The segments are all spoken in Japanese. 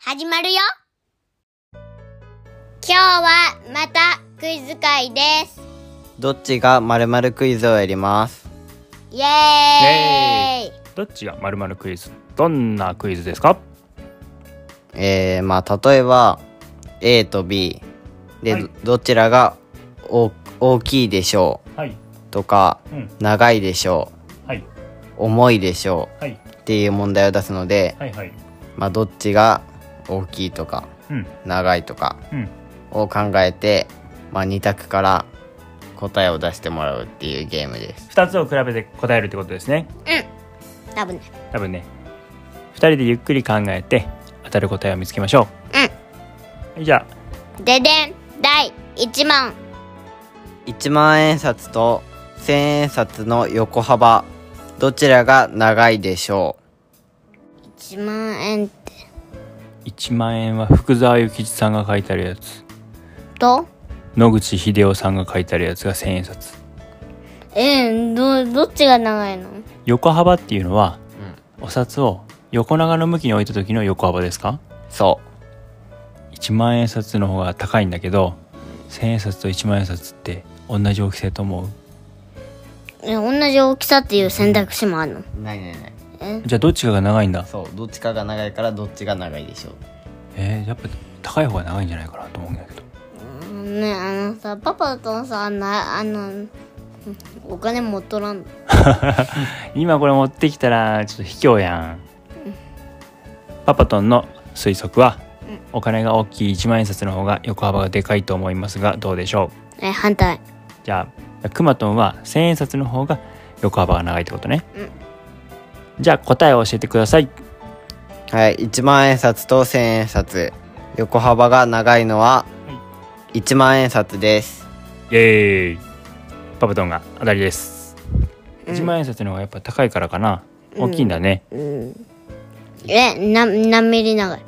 始まるよ今日はまたクイズ会ですどっちがまるまるクイズをやります。イエーイどっちがまるまるクイズどんなクイズですかえー、まあ例えば A と B で、はいどどちらが大大きいでしょはい。うとかうん。長いでしょはい。う重いでしょはい。うっていう問題を出すので、はいはい。まあどっちが大きいとかうん。長いとかうん。を考えて、まあ、2択から答えを出してもらうっていうゲームです。二つを比べて答えるってことですね。うん多分ね多分ね。二人でゆっくり考えて当たる答えを見つけましょう。うん。じゃででん第1問1万円札と1000円札の横幅どちらが長いでしょ1万円ってあ、一万円は福沢諭吉さんが書いてあるやつ。と野口英世さんが書いてあるやつが千円札。えー、どどっちが長いの横幅っていうのは、お札を横長の向きに置いた時の横幅ですかうそ1万円札の方が高いんだけど1,000円札と1万円札って同じ大きさと思うえ同じ大きさっていう選択肢もあるのうないないないじゃあどっちかが長いんだそうどっちかが長いからどっちが長いでしょうえー、やっぱ高い方が長いんじゃないかなと思うんだけど うんねあのさパパとさなあのうんお金持っとらんの今これ持ってきたらちょっと卑怯やんパパトンの推測はお金が大きい1万円札の方が横幅がでかいと思いますがどうでしょうえ反対じゃあくまとんは1,000円札の方が横幅が長いってことね、じゃあ答えを教えてくださいはい1万円札と1000円札横幅が長いのは1万円札ですイエーイパパトンが当たりです、一万円札の方がやっぱ高いからかな大きいんだね、えな何ミリ長い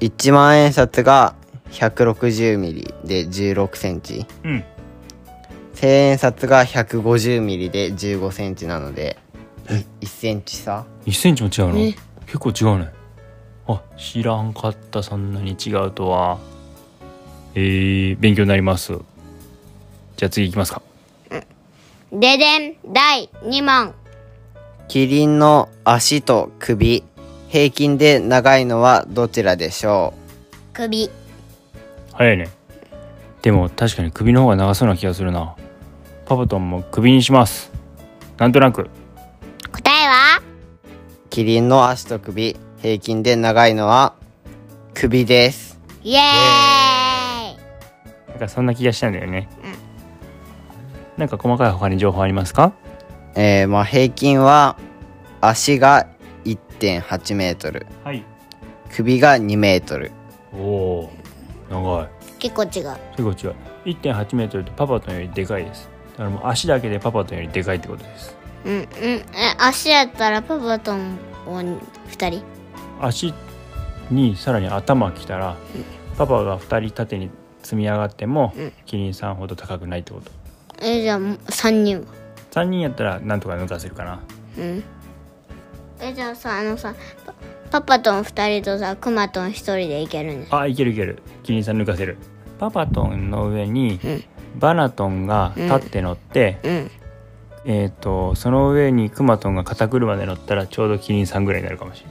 1万円札が160ミリで16センチうん1000円札が150ミリで15センチなので1センチ差1センチも違うのえ結構違うねあ知らんかったそんなに違うとはえー、勉強になりますじゃあ次行きますかででん第2問キリンの足と首平均で長いのはどちらでしょ首早いねでも確かに首の方が長そうな気がするなパパトンも首にしますなんとなく答えはうキリンの足と首平均で長いのは首ですイエーイなんかそんな気がしたんだよね、なんか細かい他に情報ありますかえー、まあ平均は足が1.8メートルはい首が2メートルおお長い結構違う結構違う1.8メートルってパパトンよりでかいですだからもう足だけでパパトンよりでかいってことですうんうんえ足やったらパパとも2人足にさらに頭きたらパパが2人縦に積み上がってもキリンさんほど高くないってことえじゃあ3人は3人やったらなんとか抜かせるかなうんえじゃあさあのさパパパとも2人とさクマとも1人でいけるねあいけるいけるキリンさん抜かせるパパトンの上にんバナトンが立って乗って、うんえー、とその上にクマトンが肩車で乗ったらちょうどキリンさんぐらいになるかもし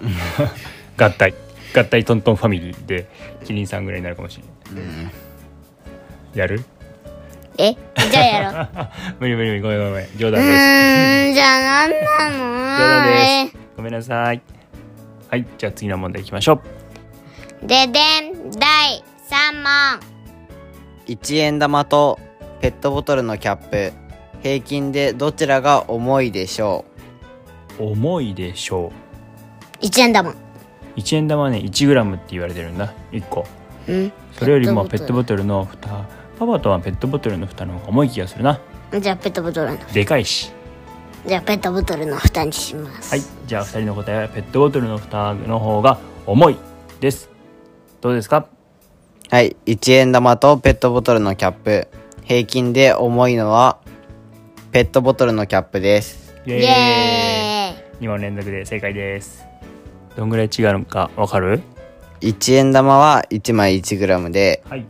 れ ない合体合体トントンファミリーでキリンさんぐらいになるかもしれない、やるえじゃあや ろう無理無理無理ごめんごめんごめん冗う談ですーんじゃあ何冗なの談ですごめんなさいはいじゃあ次の問題いきましょうででん第3問1円玉とペットボトルのキャップ平均でどちらが重いでしょう重いでしょ1円玉う1円玉はね 1g って言われてるんだ1個うんそれよりもペッペットトボボトルの蓋パパトンはペットボトルの蓋の方が重い気がするなじゃあペットボトルのでかいしじゃあペットボトルの蓋にしますはい、じゃあ二人の答えはペットボトルの蓋の方が重いです。どうですか？はい1円玉とペットボトルのキャップ平均で重いのはペットボトルのキャップですイイエーイーイ！二問連続で正解です。どんぐらい違うのかわかる？ 1円玉は1枚 1g ではい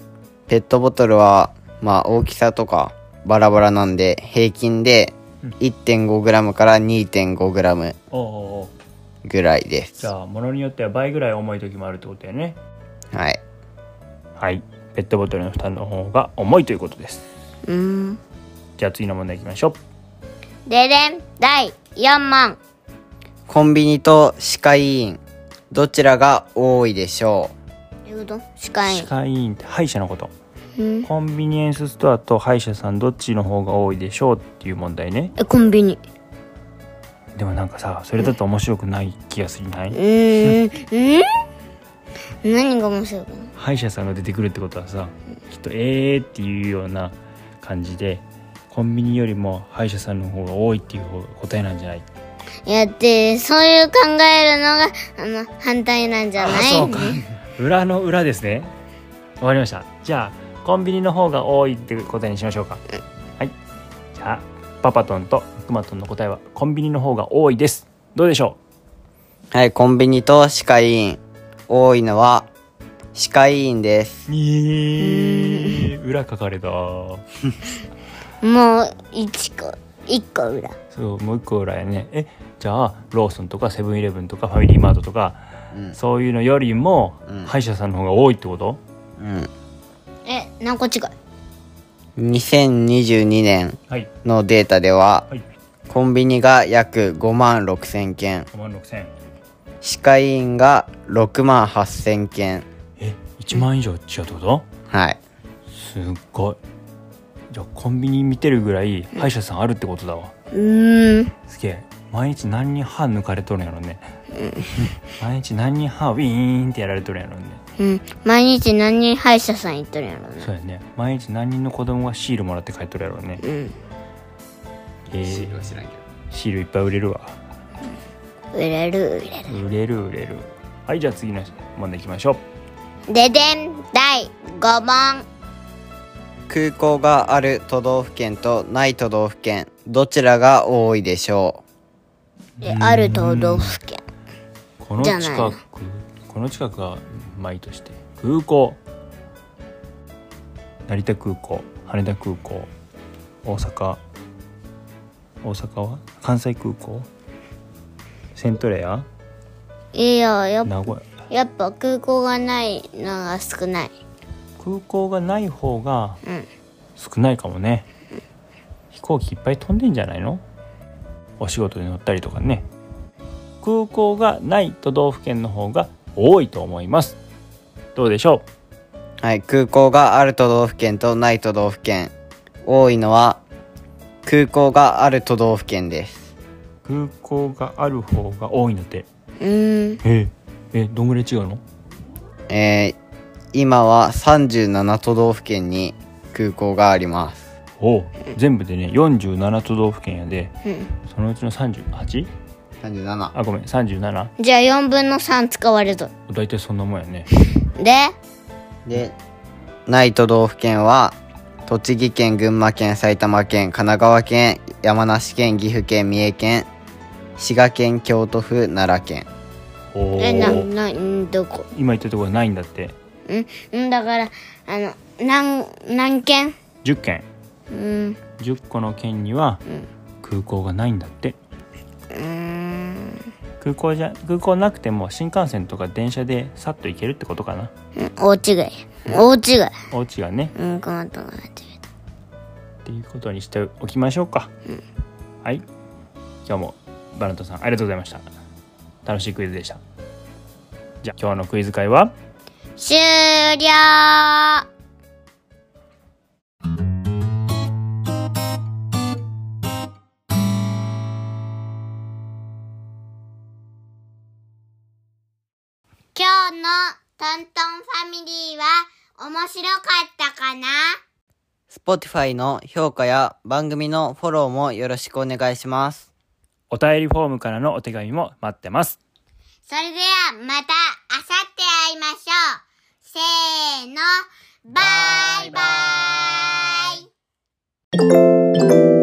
ペットボトルはまあ大きさとかバラバラなんで平均で 1.5g から 2.5g おうおうおうぐらいでじすゃあものによっては倍ぐらい重い時もあるってことだよねはいはいペットボトルの負担の方が重いということですうんじゃあ次の問題いきましょうででん第4問コンビニと歯科医院どちらが多いでしょえうどん歯科医歯科医院って歯医者のことうんコンビニエンスストアと歯医者さんどっちの方が多いでしょうっていう問題ねえコンビニでもなんかさそれだと面白くない気がするなういーんうん何が面白いかな歯医者さんが出てくるってことはさきっとえーっていうような感じでコンビニよりも歯医者さんの方が多いっていう方答えなんじゃないいやってそういう考えるのがあの反対なんじゃないそうか裏の裏ですねわかりましたじゃあコンビニの方が多いって答えにしましょうかはいじゃあパパトンとクマトンの答えはコンビニの方が多いですどうでしょうはいコンビニと歯科医院多いのは歯科医院ですうに裏書かれたもう一個一個裏そうもう一個裏やねえじゃあローソンとかセブンイレブンとかファミリーマートとかうんそういうのよりもうん歯医者さんの方が多いってこと、うんえ何個違い2022年はいのデータでははいコンビニが約5万6,000件5万6000歯科医院が6万8,000件え1万以上違うってことはいすっごいじゃあコンビニ見てるぐらい歯医者さんあるってことだわうーんすげえ毎日何人歯抜かれとるんやろね毎日何人歯ウィーンってやられとるんやろねうん毎日何人歯医者さん行っとるんやろうねそうやね毎日何人の子供がシールもらって帰っとるやろねうんえーシールいっぱい売れるわ売れる売れる売れる売れるはいじゃあ次の問題いきましょうででん第5問空港がある都道府県とない都道府県どちらが多いでしょえある都道府県このじゃ近あないくこの近くがまあいいとして空港成田空港羽田空港大阪大阪は関西空港セントレアいややっぱ名古屋やっぱ空港がないのが少ない空港がない方がうん少ないかもね飛行機いっぱい飛んでんじゃないのお仕事で乗ったりとかね空港がない都道府県の方が多いと思いますどうでしょううはい空港がある都道府県とない都道府県多いのは空港がある都道府県です空港がある方が多いのでうんええどんぐらい違うのえー、今は37都道府県に空港がありますおう全部でね47都道府県やでうんそのうちの 38? 37あごめん 37? じゃあ4分の3使われとる大体そんなもんやねででない都道府県は栃木県群馬県埼玉県神奈川県山梨県岐阜県三重県滋賀県京都府奈良県おえなおなんどこ今言ったところないんだってうんだからあの何何件10県うん10個の県には空港がないんだってうーん空港じゃ空港なくても新幹線とか電車でさっと行けるってことかなうん大違い大違いお家がねうんこの友達っていうことにしておきましょうか、はい今日もバナトさんありがとうございました楽しいクイズでしたじゃあ今日のクイズ会は終了今日のトントンファミリーは面白かったかな Spotify の評価や番組のフォローもよろしくお願いしますお便りフォームからのお手紙も待ってますそれではまたあさって会いましょうせーのバイバイ